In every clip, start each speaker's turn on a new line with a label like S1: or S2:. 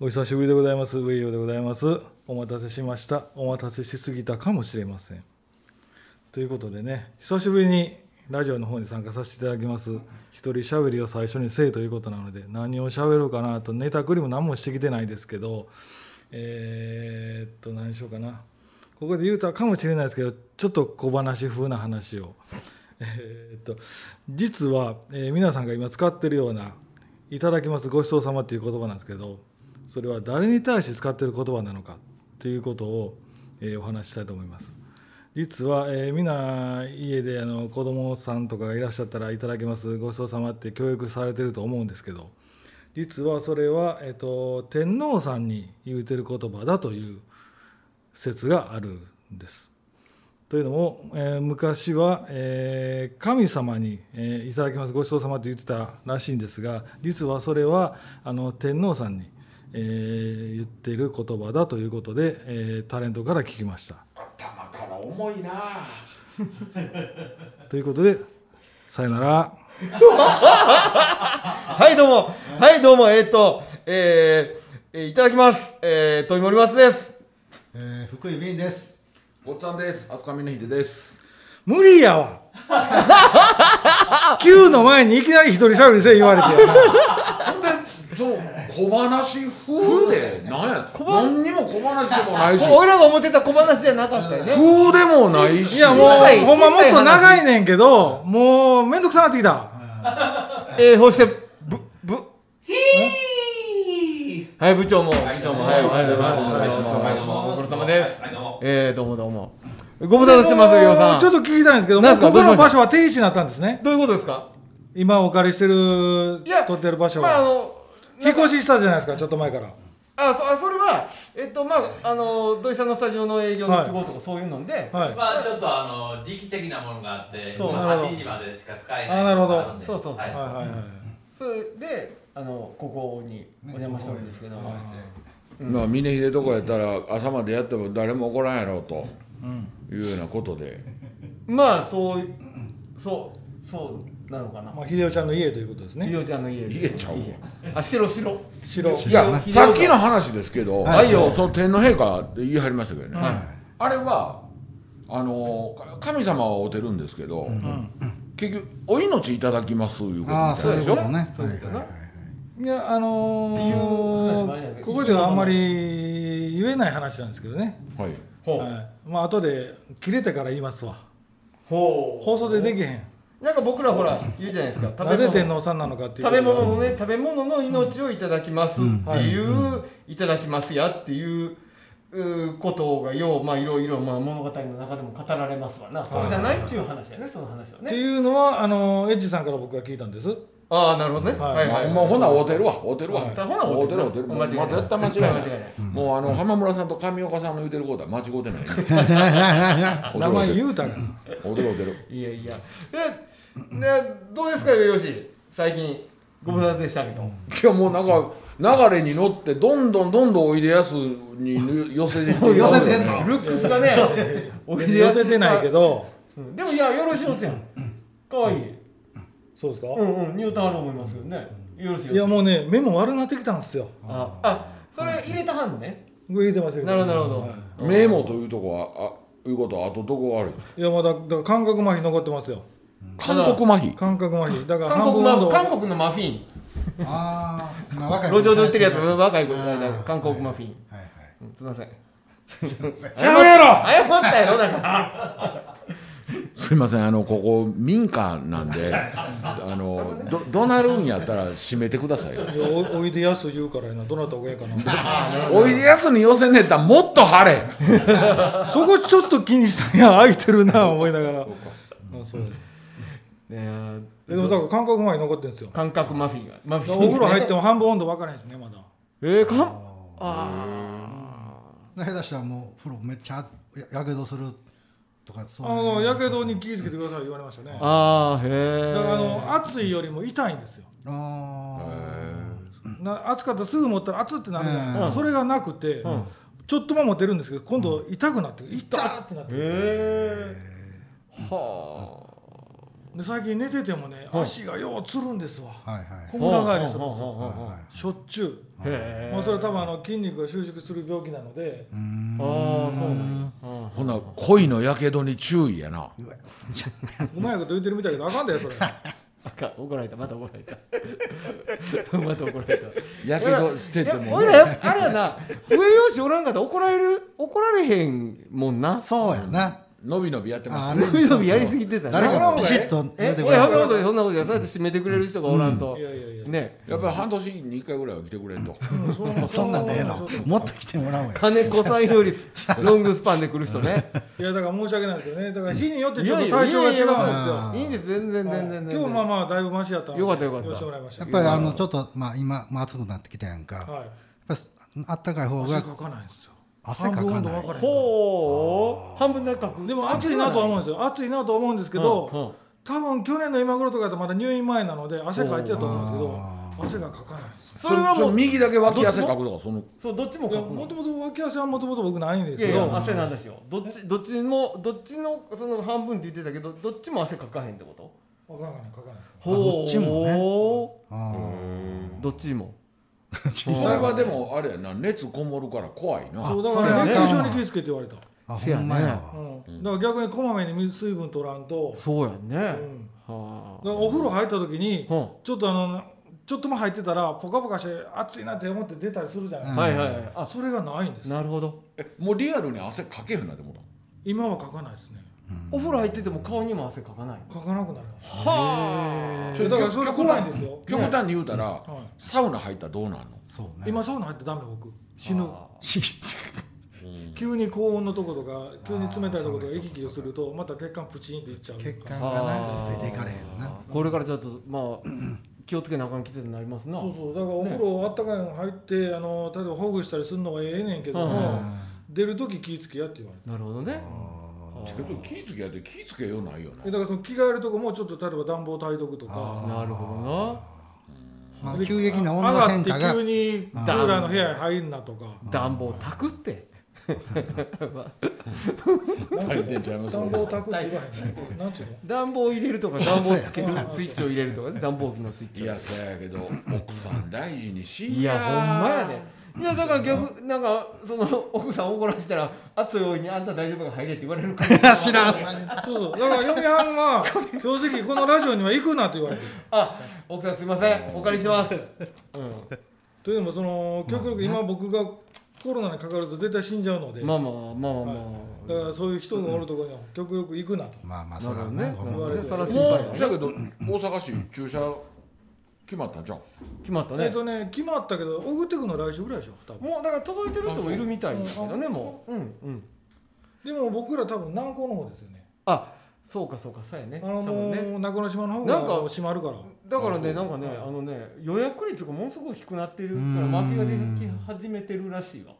S1: お久しぶりでございます上洋でございますお待たせしましたお待たせしすぎたかもしれませんということでね久しぶりにラジオの方に参加させていただきます一人しゃべりを最初にせいということなので何をしゃべろうかなとネタクリも何もしてきてないですけどえーっと何しようかなここで言うたかもしれないですけどちょっと小話風な話をえーっと実は、えー皆さんが今使ってるような「いただきますごちそうさま」っていう言葉なんですけどそれは誰に対して使ってる言葉なのかということを、えーお話ししたいと思います。実は、えー、みんな家であの子供さんとかがいらっしゃったら「いただきますごちそうさま」って教育されてると思うんですけど実はそれは、えっと天皇さんに言うてる言葉だという説があるんです。というのも、えー昔は、えー神様に、えーいただきますごちそうさま」って言ってたらしいんですが実はそれはあの天皇さんに、えー言ってる言葉だということで、えータレントから聞きました。
S2: 頭から重いな
S1: ということでさよなら。
S3: はい、どうも。はい、どうも。えっ、と、えーえーいただきます。えー、富森松です。
S4: えー、福井便です。
S2: おっちゃんです飛鳥峰秀です
S1: 無理やわ Q の前にいきなり一人しゃべりせえ言われて
S2: ほんでその小話風でなんや何にも小話でもないし
S3: 俺らが思ってた小話じゃなかったよね。
S2: 風でもないし
S1: いやもう
S3: 小さい
S1: ほんまもっと
S3: 小さ
S1: 長いねんけどもうめんどくさなってきた
S3: えー、そして、ぶ、ぶ、ひーはい、部長も。はい、どうも。はい、おはようございます。
S2: はい
S3: おはようございます。ご苦労様です。
S2: はいどうも
S3: えー、どうもどうも。ご無沙汰してます、りょうさん。
S1: ちょっと聞きたいんですけども
S3: なん
S1: う
S3: すか
S1: ここ
S3: ど
S1: の
S3: うしま
S1: 場
S3: し
S1: 所
S3: た
S1: は定位置になったんですね
S3: どういうことですか
S1: 今お借りしてる
S3: いや
S1: 撮ってる場所
S3: まあ、あ
S1: は
S3: の、
S1: 引っ越ししたじゃないですかちょっと前から
S3: あそあそれは、えっと、まあ、あの、土井さんのスタジオの営業の都合とかそういうので、
S1: はい
S5: まあちょっとあの時期的なものがあって、
S3: そう
S5: 今
S1: なるほど
S5: 8時までしか使えない。
S1: あなるほど
S5: んで
S3: そうそうそう
S5: はい
S1: はいはいはい
S3: それで、あの、ここにお邪魔したんですけども。
S2: まあ峰秀とこやったら朝までやっても誰も怒らんやろうというようなことで
S3: まあそういそうそうなのかな。
S1: まあ秀夫ちゃんの家ということです
S3: ひ
S1: ね
S3: よちゃんの家で。
S2: 家ちゃうわ
S3: あ白白。
S1: 白
S2: いや
S3: ひどい
S2: さっきの話ですけど
S3: はいよ
S2: その天皇陛下って言い張りましたけどね
S3: は
S2: あれはあのか神様はおてるんですけど、結局お命いただきますいうことみ
S4: ああ、そ
S2: た
S4: う
S2: い
S4: い
S2: ですよ。
S4: うことね。
S3: そういうことね
S4: はいはいはい
S1: いやあの
S3: っていう話もあるんや
S1: ー
S3: けど
S1: ここではあんまり言えない話なんですけどね
S2: はい。
S3: ほう、
S1: はい、まあ後で切れてから言いますわ
S3: ほう。
S1: 放送でできへん
S3: なんか僕らほら言うじゃないですか。食
S1: なぜ
S3: べ
S1: 天
S3: 物
S1: 皇さんなのかっていう
S3: 食べ物のね食べ物の命をいただきますっていう、いただきますやっていう。うーことがようまあいろいろまあ物語の中でも語られますわなそうじゃないっていう話やねその話は
S1: って
S3: ね
S1: いうのはあのエッジさんから僕が聞いたんです
S3: ああなるほどね
S1: はい
S3: はい
S2: ま
S3: は
S2: あ
S3: い
S2: もうほなおてるわ、おてるわ。
S3: ほな
S2: お
S3: 会うて
S2: て
S3: る
S2: る
S3: な
S2: おてる。もう
S3: 間違いない
S2: 絶対間違い
S3: 絶対間違いな
S2: ないい。もうあの浜村さんと上岡さんの言うてることは間違う てない。おてる
S1: 名
S2: お
S1: 前
S2: てる。
S1: 言うたから
S2: おてるおてる。
S3: いやいや。で、でどうですか、よし。最近、ご無沙汰でしたけど。
S2: いやもうなんか流れに乗ってどんどんどんどんおいでやすに寄せてい ってる
S4: 寄せてんの
S3: ルックスがね、おいでや
S1: 寄
S3: す
S1: せてないけ。ど
S3: うんでも、いや、よろしいおすやん。かわいい。
S1: そうですか、
S3: うんうん、ニュータンある思いますよね。よろしい
S1: いや
S3: よ。
S1: もうね目も悪なってきたんですよ
S3: あ、あ、それ入れたはんね。
S1: 入れてますよ
S3: なるほど、なるほど
S1: は。
S2: メモというとこはあいうことはあとどこがあるんです
S1: いいやまだだから感覚麻痺残ってますよ
S2: か。韓国麻痺。
S1: 感覚麻痺だから
S3: 韓
S1: 半分
S3: 国
S1: 運動
S3: の、韓国のマフィン。
S4: ああ、今若い子。
S3: 路上で売ってるやつ、若い子
S4: あ
S3: み
S4: ー
S3: たいな、韓国マフィン。
S4: はいはい。
S3: うんすみません。
S1: ちゃうやろ
S3: 謝ったやろ、だから。
S2: すいませんあのここ民家なんで あのどどなるんやったら閉めてくださいよ
S1: いやおおいでやす言うからやなどなたがええかな
S2: おいでやすに寄せねえったらもっと晴れ
S1: そこちょっと気にしたんや空いてるな思いながらあそう
S3: ね
S1: でもだから感覚麻痺残ってるんですよ
S3: 韓国マフィンが。マフィン
S1: お風呂入って
S3: も。
S1: も半分温度分からへんしねまだ
S3: えー、かん。ああ。
S4: だ下手したらもう風呂めっちゃ熱いややけどするとかそう
S1: あ
S4: いう
S1: のやけどに気をつけてください言われましたねだか
S3: ああへえ
S1: らあの暑いよりも痛いんですよ
S4: あ
S1: な暑かったらすぐ持ったら熱ってなるじゃないですか、
S3: うん
S1: それがなくて、
S3: ん
S1: ちょっとも持てるんですけど今度痛くなって痛っってなって
S3: へえは
S1: で最近寝ててもね足がようつるんですわ
S4: はいはい
S1: こむら返りするんですよ
S4: は
S3: はい
S1: しょっちゅう
S3: いへえ
S1: もうそれは多分あの筋肉が収縮する病気なので
S4: うーん
S3: ああそうなん や
S2: ほな恋のやけどに注意やな
S1: うまいこと言ってるみたいだけどあかんだよそれ
S3: あかん怒られたまた怒られたまた怒られた
S2: やけどしてて
S3: いや
S2: も
S3: ほい
S2: ね
S3: でやあれやな上用紙おらんかったら怒られる怒られへんもんな
S4: そうやな
S2: のびのびやってます
S4: あ
S2: よ
S4: れ
S3: 伸び伸びやりすぎてたね
S4: 誰かがピシッと
S3: え
S4: めて
S3: い
S4: くれ
S3: やそんな
S4: る
S3: ことそんなことじゃそうやって締めてくれる人がおらんと
S1: いやいやいや
S3: ね
S2: やっぱり半年に1回ぐらいは来てくれんと
S1: うんそれも
S4: そんなんでええの
S1: それも
S4: もっと来てもらおうよ
S3: 金子さんよりロングスパンで来る人ね
S1: いやだから申し訳ないですけどねだから日によって
S3: い
S1: ちょっ
S3: や
S1: と
S3: い
S1: 体調
S3: や
S1: が
S3: い
S1: 違うん
S3: や
S1: で
S3: い
S1: すよ
S3: やいいんです全然全然全然
S1: 今日まあまあだいぶマシやったんで
S3: よかったよかった
S1: 寄せてもらいました
S4: やっ
S1: けど
S4: ぱりあのちょっとまあ今まあ暑くなってきたやんかやっ
S1: はい
S4: ぱりあったかい方
S1: 汗
S4: が
S1: かかないんですよ
S4: 汗か
S1: 半分
S4: か
S1: 温度
S4: ない
S1: 分からへん
S3: ほう半分で書く
S1: でも暑いなとは思うんですよ暑いなとは思うんですけど、
S3: うんうん
S1: 多分去年の今頃とかだとまだ入院前なので汗かいてたと思うんですけど汗がかかないんですよ
S3: それはも
S2: そう右だけ脇汗かくとかその
S3: そうどっちも
S1: いや
S3: 書く
S1: も
S3: の
S1: ともと脇汗はもともと僕ないんです
S3: いや
S1: け
S3: いや
S1: ど
S3: 汗なんですよどっちどっちもどっちのその半分って言ってたけどどっちも汗かかへんってこと
S1: わかんないかかない
S3: ほう
S4: どっちもあ
S3: どっちも
S2: そ れはでもあれやな熱こもるから怖いな
S1: そうだ
S4: そ
S1: か
S4: れ
S1: ら
S4: は
S1: 熱中症に
S4: ね
S1: 気をつけって言われた、
S4: ああ
S3: せ
S4: ほ
S3: やね
S4: んまや
S1: う
S4: わ
S1: んだから逆にこまめに水水分取らんと、
S3: そうやね
S1: うん、
S3: は
S1: だからお風呂入った時に
S3: うん
S1: ちょっとあのちょっとも入ってたらポカポカして暑いなって思って出たりするじゃないですか、
S3: はいはいはいあ
S1: それがないんです
S3: なるほど
S2: えもうリアルに汗かけへんなって思った
S1: 今はかかないですね
S3: お風呂入ってても顔にも汗かかない
S1: かかなくなります
S3: は
S1: だからそれ怖いんですよ
S2: 極端に言うたら、
S1: い
S2: サウナ入ったらどうなんの
S4: そうね
S1: 今サウナ入ってダメ僕死ぬ
S4: し
S1: 急に高温のとことか急に冷たいとこと
S4: あ
S1: か
S4: ー
S1: 息切をするとまた血管プチンっていっちゃう
S4: 血管
S1: か
S4: がなついていかれへんな
S3: これからちょっとまあ気をつけなあかんきてになりますな
S1: そうそうだからお風呂あったかいの入ってあの例えばほぐしたりするのはええねんけど
S3: うん
S1: も
S4: あ
S1: 出る時気ぃつけやって言われて
S3: なるほどね
S2: けど気ぃつけやって気ぃつけようないよ
S1: え
S2: な
S1: だからその着替えるとこもちょっと例えば暖房耐毒と
S4: あ
S1: か
S3: なるほど
S4: まあ
S1: で
S4: 急激な温度変化
S1: 上がっ
S4: が
S1: て急にクーラーの部屋に入んなとか
S3: な暖房炊くって
S2: 入ってんちゃいます
S1: 暖房炊くって言わへんのなんちゅうの
S3: 暖房入れるとか暖房つけるスイッチを入れるとかね暖房機のスイッチ
S2: い
S3: を
S2: やそやけど奥さん大事にし
S3: いやほんまやねいやだから逆なんかその奥さん怒らしたら「熱いおいにあんた大丈夫か入れ」って言われるから
S4: 知らん
S1: そうそうだから嫁はんは正直このラジオには行くなって言われてる
S3: あ奥さんすいませんお借りし ます、う
S1: というのもその極力今僕がコロナにかかると絶対死んじゃうので、
S3: ん、まあまあまあまあまあ、
S1: だからそういう人がおるところには極力行くなと、
S4: まあまあ
S3: な
S4: そ
S3: る
S4: ら
S3: ほど
S4: ね
S3: ね
S4: ごもっ
S1: う
S4: とも
S1: ん
S3: そら心
S2: もう
S3: 配だ
S2: だ
S3: ね
S2: けど大阪市駐車決まったんじゃん
S3: 決まった
S1: えっ
S3: ね
S1: とね決まったけど送ってくの来週ぐらいでしょ多分
S3: もうだから届いてる人もいるみたいですけどね
S1: あそう
S3: もううんうん
S1: でも僕ら多分南港の方ですよね
S3: あそうかそうかそうやね
S1: あの
S3: 多
S1: も
S3: 分
S1: う、
S3: ね
S1: 中之島の方
S3: な
S1: が
S3: んか
S1: もう閉まるから
S3: だから
S2: あ
S3: ね
S2: そ
S3: なんかねあのね予約率がものすごく低くなってるか
S4: う
S3: ら
S4: ん
S3: 負けが出てき始めてるらしいわ
S4: う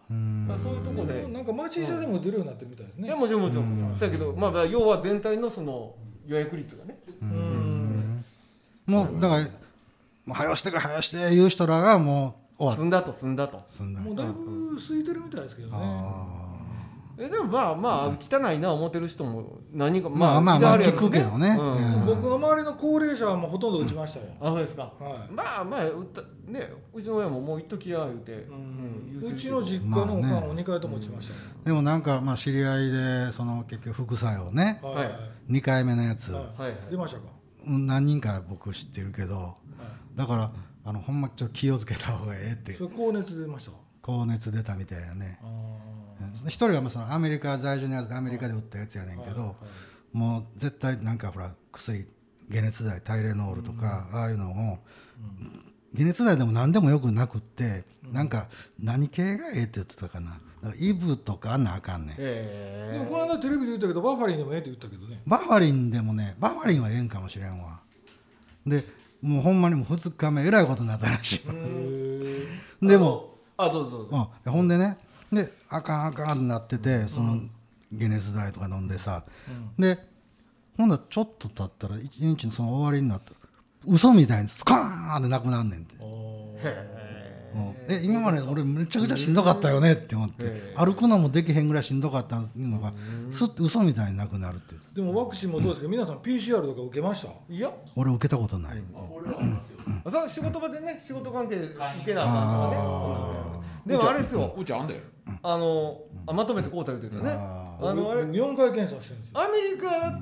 S3: だからそ
S4: ん
S3: ういうとこで、
S1: もうなんか町医者でも出るようになってるみたいです
S3: い
S1: ね
S3: やもちろんもちろんもちろ
S4: うん
S3: んそうやけどまあまあ要は全体のその予約率がね
S1: うん
S4: もうだから「もう早うしてくれ早うして」言う人らがもう終
S3: 済
S4: わっ
S3: んだと済んだと
S4: すんだ
S1: もうだいぶ空いてるみたいですけどね
S3: えでもまあまあ汚いな思ってる人も何か
S4: まあまあまあ聞くけどね
S3: うん
S4: うん
S1: 僕の周りの高齢者はもうほとんど打ちましたよ、
S3: あそうですか
S1: はい
S3: まあまあうったねうちの親ももう一時や言うて
S1: うん
S3: 言
S1: う
S3: てる
S1: ち
S3: け
S1: の
S3: ど
S1: 実家のおかんを2回とも打ちましたよ、
S4: でもなんかまあ知り合いでその結局副作用ね
S1: は
S3: ん
S1: い、
S3: はい
S4: 2回目のやつ
S1: はい
S3: はいはい
S1: 出ましたか、
S4: 何人か僕知ってるけど
S1: はい
S4: だからあのほんまちょっと気をつけた方がええって
S1: それ高熱出ました
S4: 高熱出たみたいやね
S1: あー
S4: うん一人はまあそのアメリカ在住のやつでアメリカで打ったやつやねんけど、もう絶対なんかほら薬解熱剤タイレノールとか、ああいうのを、解熱剤でも何でもよくなくって、なんか何系がええって言ってたかなだからイブとかあんなあかんねん、
S3: え
S1: でもこの間テレビで言ったけどバファリンでもええって言ったけどね
S4: バファリンでもねバファリンはええんかもしれんわでもうほんまにもう2日目えらいことになったらしいわ、でも
S3: あどうぞどうぞ
S4: うん、ほんでねであかんあかんってなっててその解熱剤とか飲んでさ、でほんだらちょっと経ったら一日のその終わりになったら嘘みたいにスカーンってなくなんねんって
S1: あー
S3: へ
S4: うんえ今まで俺めちゃくちゃしんどかったよねって思って歩くのもできへんぐらいしんどかったのがすっと嘘みたいになくなるって言って
S1: でもワクチンもそうですけど、皆さん PCR とか受けました
S3: いや
S4: 俺受けたことない、
S3: その仕事場でね仕事関係で受けなあかんとか
S4: あ
S3: ねでもあれですよ
S2: うちあんだよ
S3: あのあまとめてこうた言うてたよね
S4: あ
S3: あのあれ
S1: 4回検査してるんですよ
S3: アメリカ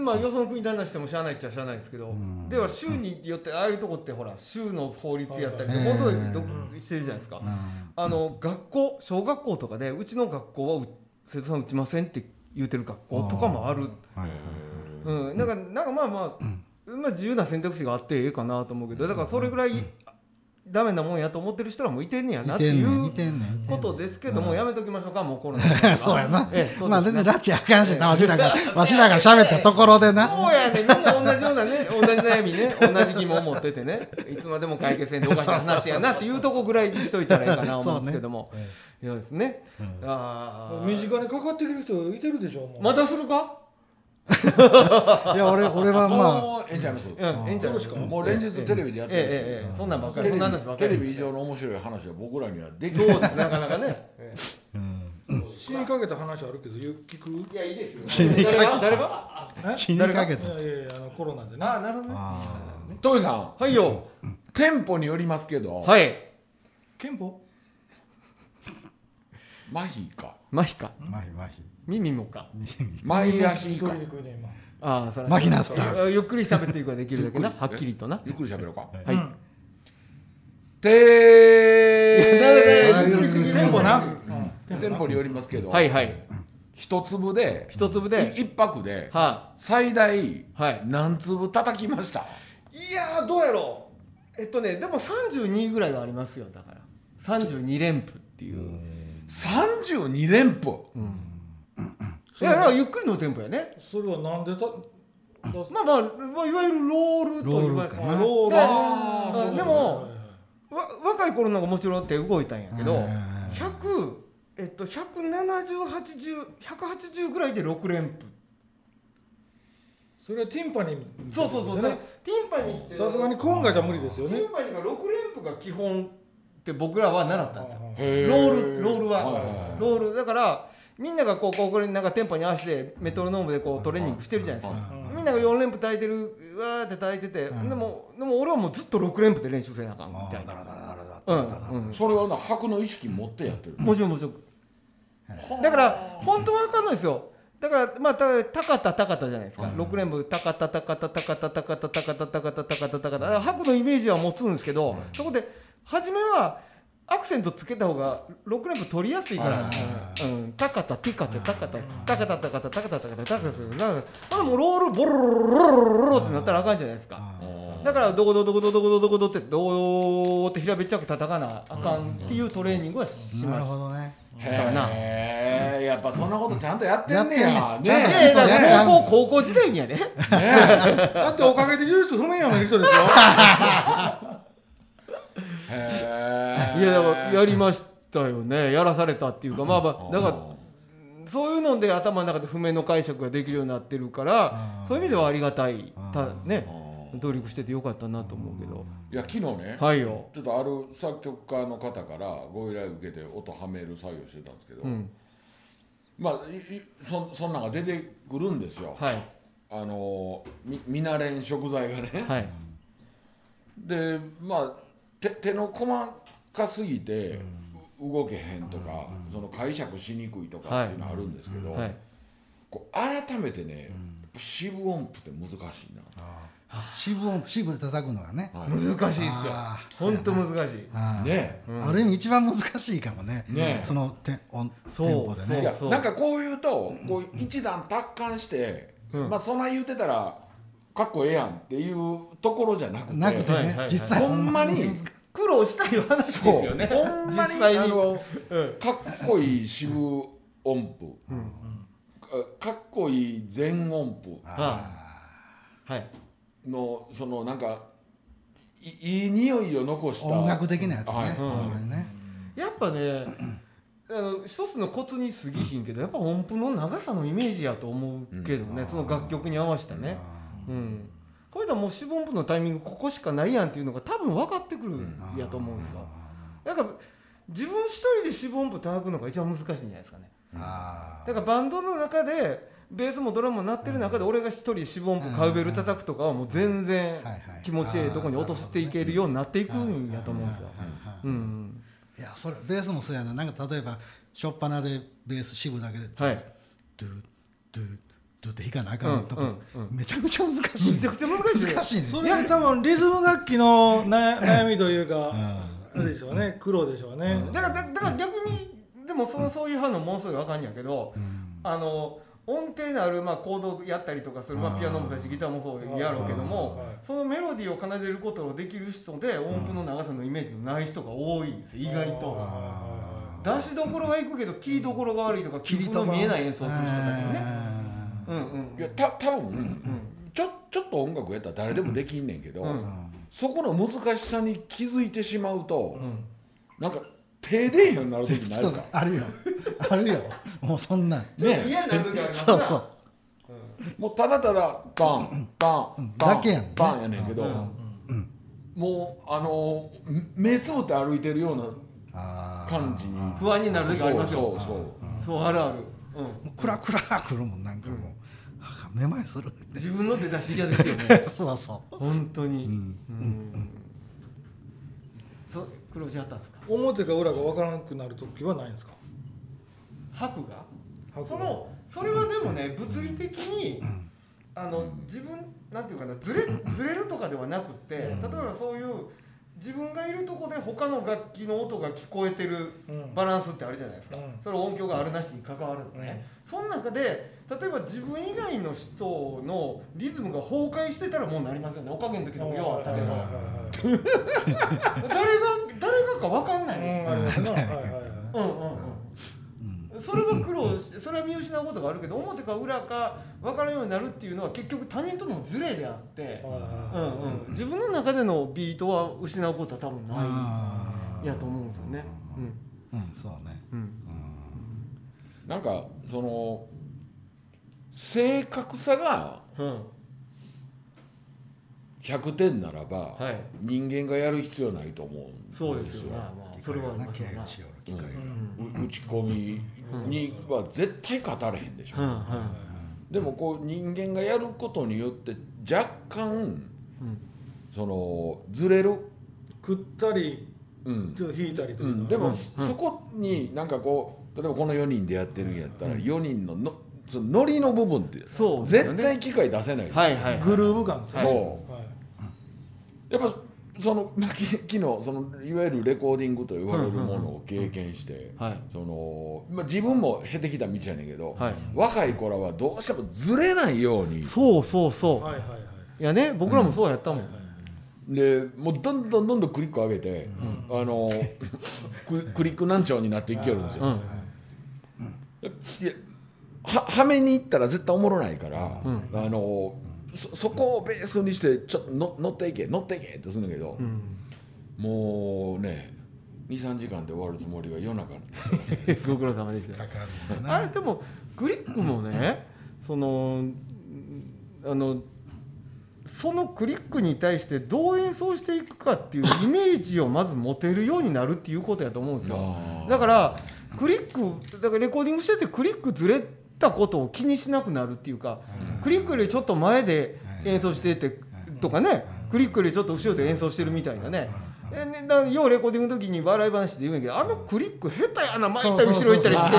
S3: まあよその国になしてもしゃあないっちゃしゃあないですけどでは州によってああいうとこってほら州の法律やったり
S4: は
S3: も
S4: い
S3: のすごい
S4: うん
S3: 独立してるじゃないですか
S4: うん
S3: あの学校小学校とかでうちの学校はう瀬戸さん打ちませんって言うてる学校とかもある
S4: はい
S3: うん、なんかなんかまあまあ、まあ自由な選択肢があってええかなと思うけどだからそれぐらいダメなもんやと思ってる人らもいてんねやなって
S4: てん
S3: い
S4: ねん
S3: う
S4: いてんねん
S3: ことですけどもやめときましょうかもうコロナだから
S4: そうやな、
S3: ええそうですね
S4: まあ別に拉致あかんしなわしらがわしらが喋ったところ でな
S3: そうやねみんな同じようなね同じ悩みね同じ疑問持っててねいつまでも解決せんでおかしな話やなっていうとこぐらいにしといたらいいかな思うんですけども、いやですね、あ
S1: 身
S3: ー
S1: 近にかかってくる人いてるでしょもう
S3: またするか
S4: いや俺俺はまあ
S2: もうええんちゃいます
S3: うんええんちゃ
S1: そうで
S3: う
S1: すか
S2: もう連日テレビでやってるし、
S3: ええええええそんなんばっか
S2: テ
S3: り
S2: レ
S3: そん
S2: ビ
S3: な話ばっか
S2: テ
S3: り
S2: レビ以上の面白い話は僕らにはでき
S3: そ
S2: な
S3: う
S2: い
S3: ですなかな かね、ええ
S1: 死にかけた話あるけどゆ聞く
S3: いや、いい ですよ。誰が誰が
S1: え
S4: 死にかけ
S1: い
S4: た
S1: やいやいやあのコロナで
S3: あ
S1: な
S3: あ、なるほどね。
S4: あ
S2: トイさん
S3: はいよ。
S2: 店舗によりますけど、
S3: はい。
S1: 憲法
S2: マヒか
S3: 麻痺か。
S4: ーまひまひ
S3: ミミモか。
S2: マイアヒ
S1: 一
S2: か
S1: 人で食うね今
S3: ああ、それ
S4: 麻痺なスターズ
S3: ゆっくり喋っていくができるだけな。
S2: ゆっく
S3: は
S2: り
S3: っきりとな。
S2: ゆっくり喋ろうか
S3: はい。
S2: て
S3: だ
S4: めだ
S3: ゆっくりすぎる
S1: 憲法な、
S2: 店舗によりますけど、
S3: はいはい。
S2: 一粒で
S3: 一粒で。
S2: 一泊で
S3: は
S2: 最大
S3: はい
S2: 何粒叩きました、
S3: い。いやー、どうやろう。えっとね、でも32ぐらいはありますよ、だから。32連符っていう。
S2: 32連符
S3: いや、だからゆっくりのテンポやね。
S1: それはなんでた
S3: まあまあ、まあ、いわゆるロールと言われ
S4: ロールか
S1: あローラー
S3: あ
S1: そう
S3: でもわ若い頃なんかもちろん手動いたんやけど、
S4: はいはい
S3: 100えっと170800180ぐらいで6連符
S1: それはティンパニー
S3: そうそうそう、
S1: です
S3: ね
S1: ね、
S3: ティンパニーって
S1: さすがに今回じゃ無理ですよ
S3: テ
S1: ね
S3: ィンパニーが6連符が基本って僕らは習ったんですよ
S1: あ
S2: ロ
S3: ロールロールは、
S2: ー
S3: ロールだからみんながこうこうこれなんかテンポに合わせてメトロノームでこうトレーニングしてるじゃないですか、
S1: はい
S3: みんなが4連符炊いてるうわーって炊いてて、でもでも俺はもうずっと6連符で練習せなあかんみ
S4: あ
S3: た
S4: ー
S3: い
S4: だら
S3: な
S4: だらだらだら
S3: うんうん
S2: それはな白の意識持ってやってる、
S3: もちろんもちろん。だから本当は分かんないですよ。だからまあた高田高田じゃないですか。六連符高田高田高田高田高田高田高田高田。だから白のイメージは持つんですけど、そこで初めはアクセントつけた方が六連符取りやすいから。うん。高田ティカテ高田高田高田高田高田高田高田。だからもうロールボロロロロロロってなったらあかんじゃないですか。だからどこどこどこどこどこどこどってどうって平べっちゃく叩かなあかんっていうトレーニングはし
S4: な
S3: ま
S4: る
S3: した
S4: ほ。どね
S3: からな
S2: へえやっぱそんなことちゃんとやってんね
S4: や
S2: や
S4: ってん
S2: ね
S4: ねんちゃんと
S3: いやいやだ
S4: そう
S3: か
S4: ね
S3: ら高校高校時代にはね
S2: ね
S1: だっておかげで唯一不明な人ですよ
S2: へえ
S3: いやだからやりましたよねやらされたっていうかまあまあだからそういうので頭の中で譜面の解釈ができるようになってるからそういう意味ではありがたいたね努力しててよかったなと思うけど
S2: いや昨日ね、
S3: はいよ
S2: ちょっとある作曲家の方からご依頼受けて音はめる作業してたんですけど、
S3: うん
S2: まあいいそそんなんが出てくるんですよ、
S3: はい
S2: あのみ見慣れん食材がね、
S3: はい
S2: でまあ手手の細かすぎて、う動けへんとか、その解釈しにくいとかっていうのあるんですけど、
S3: はい
S2: こう改めてね、四分音符って難しいな、
S4: 四分音四分で叩くのがね
S2: はい
S3: 難しいですよ
S4: あー
S3: 本当難しい
S4: あー
S2: ね
S4: ある意味一番難しいかもね
S2: ね
S4: そのテン音テ
S3: そう
S4: ンポで
S2: い
S4: ね
S2: や
S3: そう
S2: なんかこう言うとこう一段達観して、まあそんな言うてたらかっこええやんっていうところじゃなくて
S4: なくて
S3: はい
S4: ね
S3: はいはい
S4: 実際
S2: ほんまに
S3: 苦労したい話です
S2: そう
S3: よね
S2: ほんまに
S3: 実際に
S2: あの
S3: うん
S2: かっこいい四分音符、かかっこいい全音符
S3: はい
S2: のそのなんかいいい匂いを残した
S4: 音楽的なやつね
S2: はい
S4: ほんまにね
S3: やっぱねあの一つのコツに過ぎひんけどやっぱ音符の長さのイメージやと思うけどね、その楽曲に合わせたね、うん、これだもう四分音符のタイミングここしかないやんっていうのが多分分かってくるやと思うんですよ、だか自分一人で四分音符叩くのが一番難しいんじゃないですかね
S4: あ
S3: だからバンドの中でベースもドラムも鳴ってる中で俺が一人で四分音符カウベル叩くとかはもう全然
S4: はいはい
S3: 気持ちいいとこに落としていけるようになっていくんやと思うんですよ。うん
S4: いやそれベースもそうやななんか例えばしょっぱなでベース支部だけで
S3: はい、
S4: ドゥドゥドゥって弾かなあかんとこ、
S3: うんうん
S4: めちゃくちゃ難しい
S3: めちゃくちゃ難しい
S4: 難しいね
S1: それが多分リズム楽器のな悩みというか、あれでしょうね苦労でしょうね、
S3: だからだだから逆にでもそのそういう反応ものすごいわかんやけど、あの音程のあるまあコードやったりとかする、まあ、ピアノもそうやしギターもそうやろうけども
S1: あー
S3: そのメロディーを奏でることのできる人で音符の長さのイメージのない人が多いんですよ意外と。出しどころはいくけど切りどころが悪いとか切りの見えない演奏する人たちね。
S4: あ
S3: うんうん
S2: いやた多分、ちょちょっと音楽やったら誰でもできんねんけど、そこの難しさに気づいてしまうと、なんか手でへんようになる時ないで
S4: ーそ
S2: す
S4: う
S2: か
S4: だあるよあるよもうそんなん
S2: ね
S3: 嫌な時ありますな
S4: そうそう
S2: もうただただバンバンバン
S4: だけやんね
S2: バンやねんけど、もうあの目つぶって歩いてるような
S4: ああ
S2: 感じに
S3: 不安になる時あります
S2: そ
S3: よ。
S2: うそうそう
S3: そうあるある。うん
S4: もうクラクラくるもんなんかもう、あめまいする
S3: 自分の出だし嫌ですよね。
S4: そうそ
S3: 本当に。うん。そう苦労しはったんですか。
S1: 表か裏か分からなくなる時はないんですか
S3: 白が。
S1: 白が
S3: そのそれはでもね物理的に。あの自分なんていうかなずれずれるとかではなくって例えばそういう自分がいるとこで他の楽器の音が聞こえてる
S1: うん
S3: バランスってあるじゃないですか、
S1: うん
S3: それ音響があるなしに関わるのね、その中で例えば自分以外の人のリズムが崩壊してたらもうなりますよねおかげの時でもようあったけど
S1: は
S3: 誰が誰がか分かんないい、
S1: はいはいうんありますなはいはいはい
S3: うんうんうん、それは苦労してそれは見失うことがあるけど表か裏か分からんようになるっていうのは結局他人とのズレであって、う
S1: は
S3: んうん、自分の中でのビートは失うことは多分
S4: う
S3: な
S4: あ
S3: いやと思うんですよね。
S4: ーうんそうね
S3: うんうん
S2: なんかその正確さが
S3: うん
S2: 100点ならば、
S3: はい
S2: 人間がやる必要ないと思うんですよ
S3: そうですよね、まあ、それはあり
S4: な
S3: ますよ
S4: 綺麗
S3: ね
S4: なしよる機会が、
S2: う打ち込みには絶対勝たれへんでしょ、
S3: うんうん
S2: でもこう人間がやることによって若干
S3: うん
S2: そのずれる、
S1: い食ったり
S2: うん
S1: ちょっと引いたりと
S2: う
S1: か、
S2: ん、でも、
S3: うん
S2: そこになんかこう例えばこの4人でやってるんやったら4人ののそのノリの部分って
S3: そうですよ
S2: 絶
S3: ね
S2: 対機械出せない、
S3: はいはい
S1: グルーヴ感ですよね、
S2: そうやっぱそのまあき昨日そのいわゆるレコーディングと言われるものを経験して、
S3: はい
S2: そのまあ、自分も経てきた道やねんけど、
S3: はい
S2: 若い子らはどうしてもずれないように
S3: そうそうそう、
S1: はいはいはいはい
S3: い、やね僕らもそうやったもん、
S2: でもうどんどんどんどんクリック上げて、あのク クリック難聴になっていけるんですよ。
S3: うん
S2: いやははめに行ったら絶対おもろないから、あのそそこをベースにしてちょっとの乗っていけ乗っていけってするんだけど、もうね23時間で終わるつもりが夜中に
S3: ご苦労様でした
S4: かかるもんな
S3: あれでもグリックもねそのんあのそのクリックに対してどう演奏していくかっていうイメージをまず持てるようになるっていうことやと思うんですよ
S2: あー
S3: だからクリックだからレコーディングしててクリックずれたことを気にしなくなるっていうかクリックよりちょっと前で演奏しててとかねクリックよりちょっと後ろで演奏してるみたいなねえねだからようレコーディングの時に笑い話で言うんやけどあのクリック下手やな前行ったり後ろ行ったりし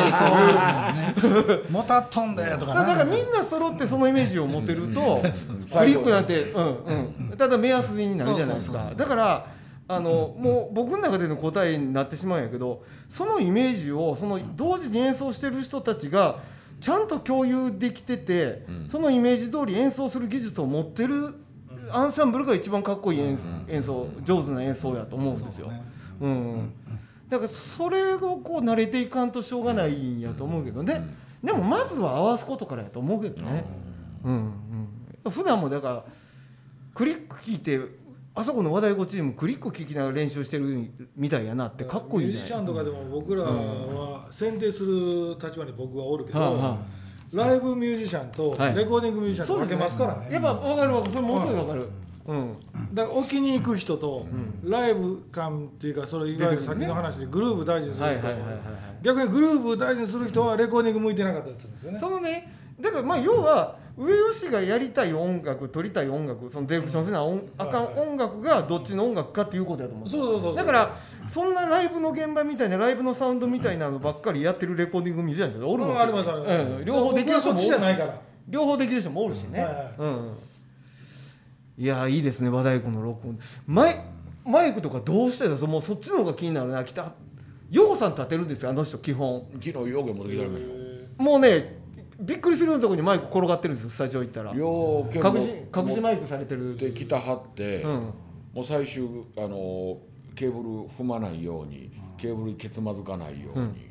S3: て
S4: そうそうそうそうもたっとんだよとか
S3: だからみ
S4: なん
S3: な揃ってそのイメージを持てるとクリックなんて、うんうん、ただ目安になるじゃないです
S4: そうそうそうそ
S3: か
S4: う
S3: だからあのもう僕の中での答えになってしまうんやけどそのイメージをその同時に演奏してる人たちがちゃんと共有できてて、そのイメージ通り演奏する技術を持ってるアンサンブルが一番かっこいい演,、演奏上手な演奏やと思うんですよ。
S4: そうね
S3: うんうんだからそれをこう慣れていかんとしょうがないんやと思うけどね、でもまずは合わすことからやと思うけどね、うんうん、普段もだからクリック聞いてあそこの和太鼓チームクリック聞きながら練習してるみたいやなってかっこいい
S1: ミ
S3: じ
S1: ュ
S3: ゃ
S1: ー
S3: な
S1: ジ
S3: い
S1: シャンとかでも僕らは選定する立場に僕はおるけど、
S3: はあはあ
S1: ライブミュージシャンと
S3: はい
S1: レコーディングミュージシャンと
S3: そう
S1: 分
S3: で
S1: け
S3: すね
S1: ますからね、
S3: やっぱ分かる分かるそれものすごい分かる、うん
S1: だから置きに行く人と、ライブ感っていうかそれいわゆる先の話でグルーブ大事にする人と
S3: はいはいはいはい
S1: 逆にグルーブ大事にする人はレコーディング向いてなかったりするんですよね
S3: そのねだからまあ要は上吉がやりたい音楽取りたい音楽そのディレクションせな音あかん音楽がどっちの音楽かっていうことやと思う
S1: そうそうそうそう
S3: だからそんなライブの現場みたいなライブのサウンドみたいなのばっかりやってるレコーディング見せないけどおる
S1: う
S3: の
S1: んありますあります
S3: うん両方でき
S1: 僕は
S3: る人
S1: そっ
S3: も
S1: ち
S3: お
S1: じゃ
S3: る
S1: ない
S3: し
S1: から
S3: 両方できる人もおるしね、
S1: はいはい
S3: うんいやーいいですね和太鼓の録音マイマイクとかどうしてだもうそっちの方が気になるな北ようさん立てるんですよあの人基本
S2: 昨日ようけ持ってきてありましたよ
S3: もうねびっくりするようなところにマイク転がってるんですよスタジオ行ったら隠
S2: ようけ
S3: し隠しマイクされてる
S2: で来たはって、
S3: うん
S2: もう最終あのケーブル踏まないようにケーブルけつまずかないように、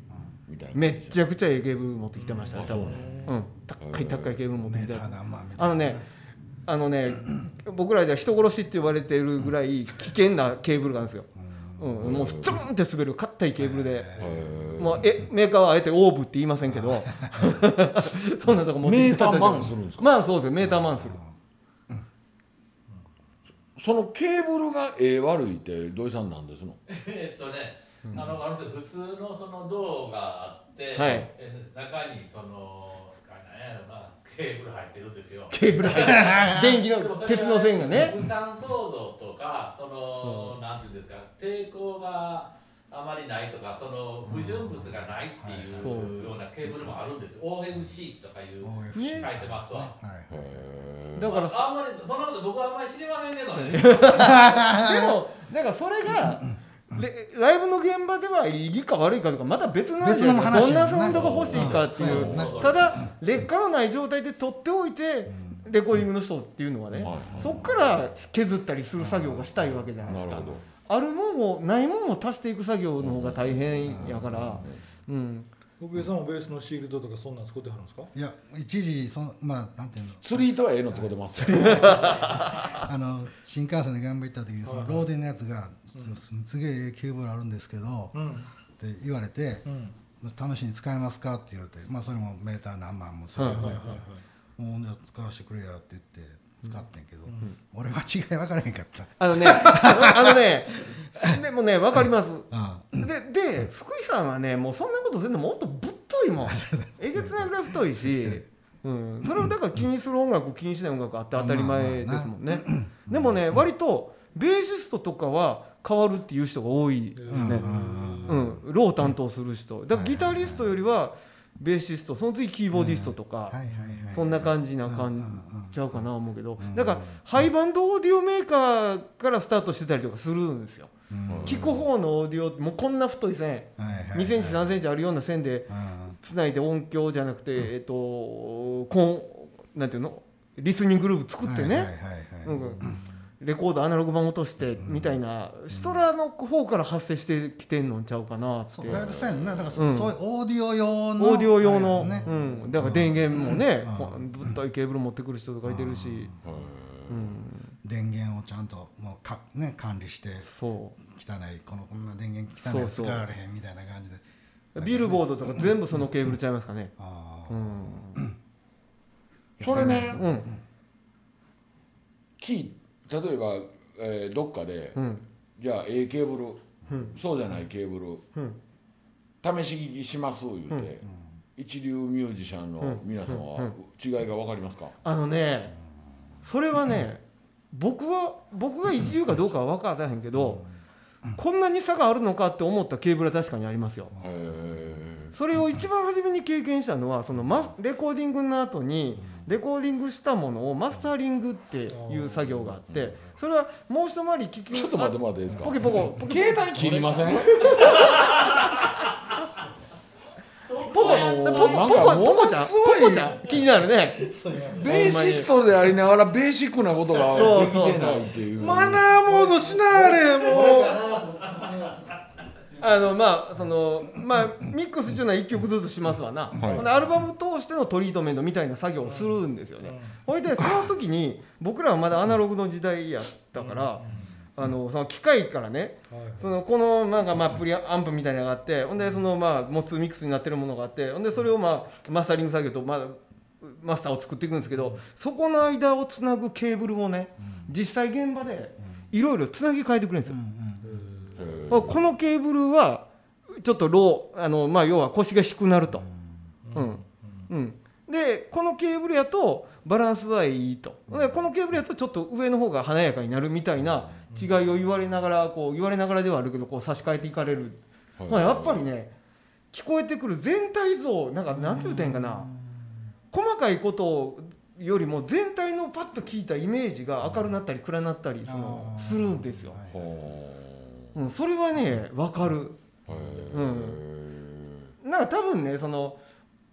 S2: みたいな
S3: めっちゃくちゃええケーブル持ってきてましたね多分うん高
S2: へ
S3: い
S2: え
S3: 高いケーブル持って
S4: メ
S3: き
S4: ー
S3: て
S4: ター何万みたい
S3: あ
S4: な
S3: のねあのね僕らでは人殺しって言われてるぐらい危険なケーブルがあるんですよ、うん、もうストゥルンって滑る硬いケーブルで、もうえメーカーはあえてオーブって言いませんけど そんなとこ持ってきてた
S2: メーターマンするんですか
S3: マンそうですよメーターマンする
S2: そのケーブルがええ悪いって土井さんなんですの
S5: えっとね、あの、あの人普通のその銅があって、
S3: はい
S5: え中にその、なんやろな、ケーブル入ってるんですよ。
S3: ケーブル入ってる電気の鉄の線がね
S5: 無酸素度とか、その、なんていうんですか、抵抗があまりないとか、その不純物がないっていうようなケーブルもあるんです。OFC とかいう、書
S4: OFC
S5: いてますわ。
S4: はい
S3: だから
S5: あんまり、そんなこと僕はあんまり知りませんけどね。
S3: でもなんかそれがでライブの現場ではいいか悪いかとかまた別の話
S4: 別の話
S3: どんなサウンドが欲しいかっていう
S5: うんそうやね
S3: ただ劣化のない状態で取っておいてレコーディングの人っていうのはね、そこから削ったりする作業がしたいわけじゃないで
S2: な
S3: す
S2: る
S3: か
S2: ほど
S3: あるもんをないもんを足していく作業の方が大変やから、うん、
S1: 福井さんもベースのシールドとかそんなん作ってはるんですか
S4: いや一時そのまあなんていうの
S2: 釣り糸はええの使って ます
S4: あの新幹線で頑張った時にそのローデンのやつが「すすげえええケーブルあるんですけど」
S1: うん
S4: って言われて
S1: うん
S4: 「試しに使えますか?」って言われてまあそれもメーター何万もするようなやつ「もうじゃあ使わせてくれや」って言って使ってんけど俺は違い分からへんかった
S3: あのねあの ねでもね分かります、
S4: あ
S3: でで福井さんはねもうそんなことせんでもっとぶっといも んえげつないぐらい太いし、うん、それをだから気にする音楽気にしない音楽あって当たり前ですもんねでもね割とベーシストとかは変わるっていう人が多いですね、うんローを担当する人だからギタリストよりはベーシストその次キーボーディストと
S4: あ
S3: か
S4: はいはいはい
S3: そんな感じな
S4: うん
S3: 感
S4: うんうん
S3: じちゃうかな思うけどだからハイバンドオーディオメーカーからスタートしてたりとかするんですよ
S4: うんはい
S3: 聞く方のオーディオってもうこんな太い線
S4: はいはい
S3: 2センチ3センチあるような線で
S4: うん
S3: つないで音響じゃなくて、えっとコンなんていうのリスニンググループ作ってね、
S4: はいはいはい
S3: な
S4: は
S3: ん
S4: い
S3: かレコードアナログ版落としてみたいな、シトラの方から発生してきてんのんちゃうかなって
S4: そう大体そうやんなだからそ
S3: うん
S4: そういうオーディオ用の
S3: オーディオ用の、
S4: あれやん
S3: う
S4: ね
S3: ん、だから電源もね、
S4: うん
S3: こうぶっといケーブル持ってくる人とかいてるし、うん、
S4: 電源をちゃんともうかね管理して
S3: そ
S4: 汚いこのこんな電源汚いやつ
S3: そうそう
S4: 使われへんみたいな感じで
S3: うビルボードとか全部そのケーブルちゃいますかね、
S4: あ
S3: う
S4: あ
S3: ん
S2: それね
S3: うん
S2: 木例えば、えーどっかで、
S3: うん
S2: じゃあ A ケーブル、そうじゃないケーブル、試し聞きします言うて、一流ミュージシャンの皆さんは違いが分かりますか、
S3: あのねそれはね僕は僕が一流かどうかは分からへんけどこんなに差があるのかって思ったケーブルは確かにありますよ
S2: へえ
S3: それを一番初めに経験したのはそのマレコーディングの後にレコーディングしたものをマスタリングっていう作業があってそれはもう一回り聞き
S2: ちょっと待ってもらっていいです
S3: あ
S2: か
S3: ポケポコポケ
S2: 携帯切りません
S3: ポコポコ
S2: なん
S3: ポコ
S2: か
S3: ポコ
S2: もの
S3: ちゃん
S2: すごい
S3: ポコちゃん気になるね
S2: ベーシストでありながらベーシックなことが
S3: そう
S2: で
S3: そう
S2: きてないっていう
S1: マナーモードしなあれもう
S3: あのまあそのまあミックスっていうのは1曲ずつしますわな、
S2: い
S3: ほんでアルバム通してのトリートメントみたいな作業をするんですよね、ほいでその時に僕らはまだアナログの時代やったから、あのその機械からね、そのこのなんかまあプリアンプみたいなのがあってほんでそのまあモツミックスになってるものがあってほんでそれをまあマスタリング作業とまあマスターを作っていくんですけどそこの間をつなぐケーブルをね実際現場でいろいろつなぎ変えてくれるんですよ。あこのケーブルはちょっとローあの、まあ、要は腰が低くなると、うんうん、でこのケーブルやとバランスはいいとでこのケーブルやとちょっと上の方が華やかになるみたいな違いを言われながらこう言われながらではあるけどこう差し替えていかれる、まあ、やっぱりね聞こえてくる全体像なんかなんて言うてんかな細かいことよりも全体のパッと聞いたイメージが明るなったり暗なったりそのするんですよ。
S4: はい
S2: ほ
S3: うん、それはね分かる、
S2: うへ
S3: うなんか多分ねその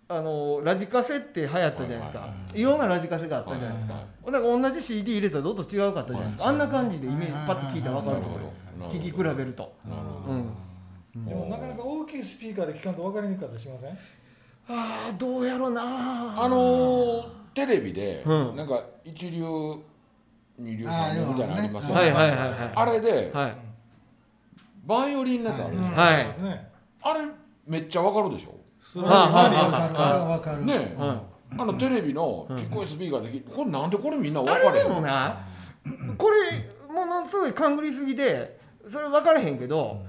S3: あのラジカセって流行ったじゃないですか、
S2: はいいは
S3: ろんなラジカセがあったじゃないですか、
S2: はいは
S3: なんか同じ CD 入れたらどっと違うかったじゃないですか、あんな感じでイメージ
S4: はい
S3: パッと聞いたら
S2: え
S3: 分か
S2: な
S3: る
S2: る
S3: とこ
S2: ほ
S3: ろ
S2: ど
S3: 聞き比
S2: な
S3: べ
S2: る
S3: ると、
S2: ほどなるほ
S3: う
S2: ど
S3: ん、
S1: でもなかなか大きいスピーカーで聞かんと分かりにくかったりしません
S3: ああどうやろな
S2: あのーテレビで、
S3: うん
S2: なんか一流二流
S4: あ
S2: 三
S4: ー
S2: 流みたいなのありますよね
S3: はいはいはいはい
S2: あれで、
S3: はい
S2: バイオリンのやつあるでしょ、
S3: はい
S1: ね
S2: あれめっちゃわかるでしょ
S1: ス
S3: はあはあはあ
S4: あれはわかる。
S2: ねえ、
S3: は
S2: あのテレビのちっこいスピーカーで聞いてこれなんでこれみんな分
S3: あ
S2: か
S3: れ
S2: れへ
S3: で
S2: ん
S3: もなこれものすごい勘繰りすぎでそれ分からへんけど、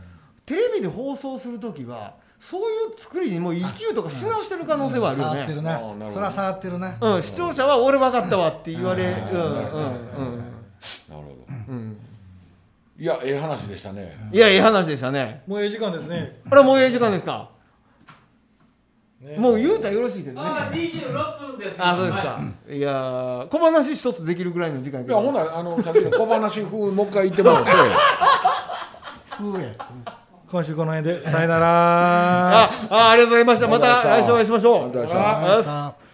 S3: テレビで放送する時はそういう作りにもう EQ とかし直してる可能性はあるよ
S4: 触っ
S3: ね、
S4: てる
S2: あーなるほ
S4: な。
S2: ど
S4: それは触ってるな。
S3: うん、視聴者は俺分かったわって言われるうんう
S2: なるほ
S3: ん
S2: ど
S3: うんうん
S2: いやええ話でしたね、
S3: いやいい話でしたね
S1: もうええ時間ですね
S3: あれもうええ時間ですか
S1: ね
S3: もう言うたらよろしいけどね
S5: ああ、26分です。
S3: あそうです
S5: はい。
S3: かいやー小話一つできるぐらいの時間や
S2: い
S3: け
S2: や
S3: ど
S2: ほなあのさっきの小話風もう一回言ってもらって
S4: ふうや。
S1: 今週この辺でさよなら
S3: ああありがとうございましたまた来週お会いしましょう
S2: ありがとうございました
S4: あ
S3: あ
S4: さあ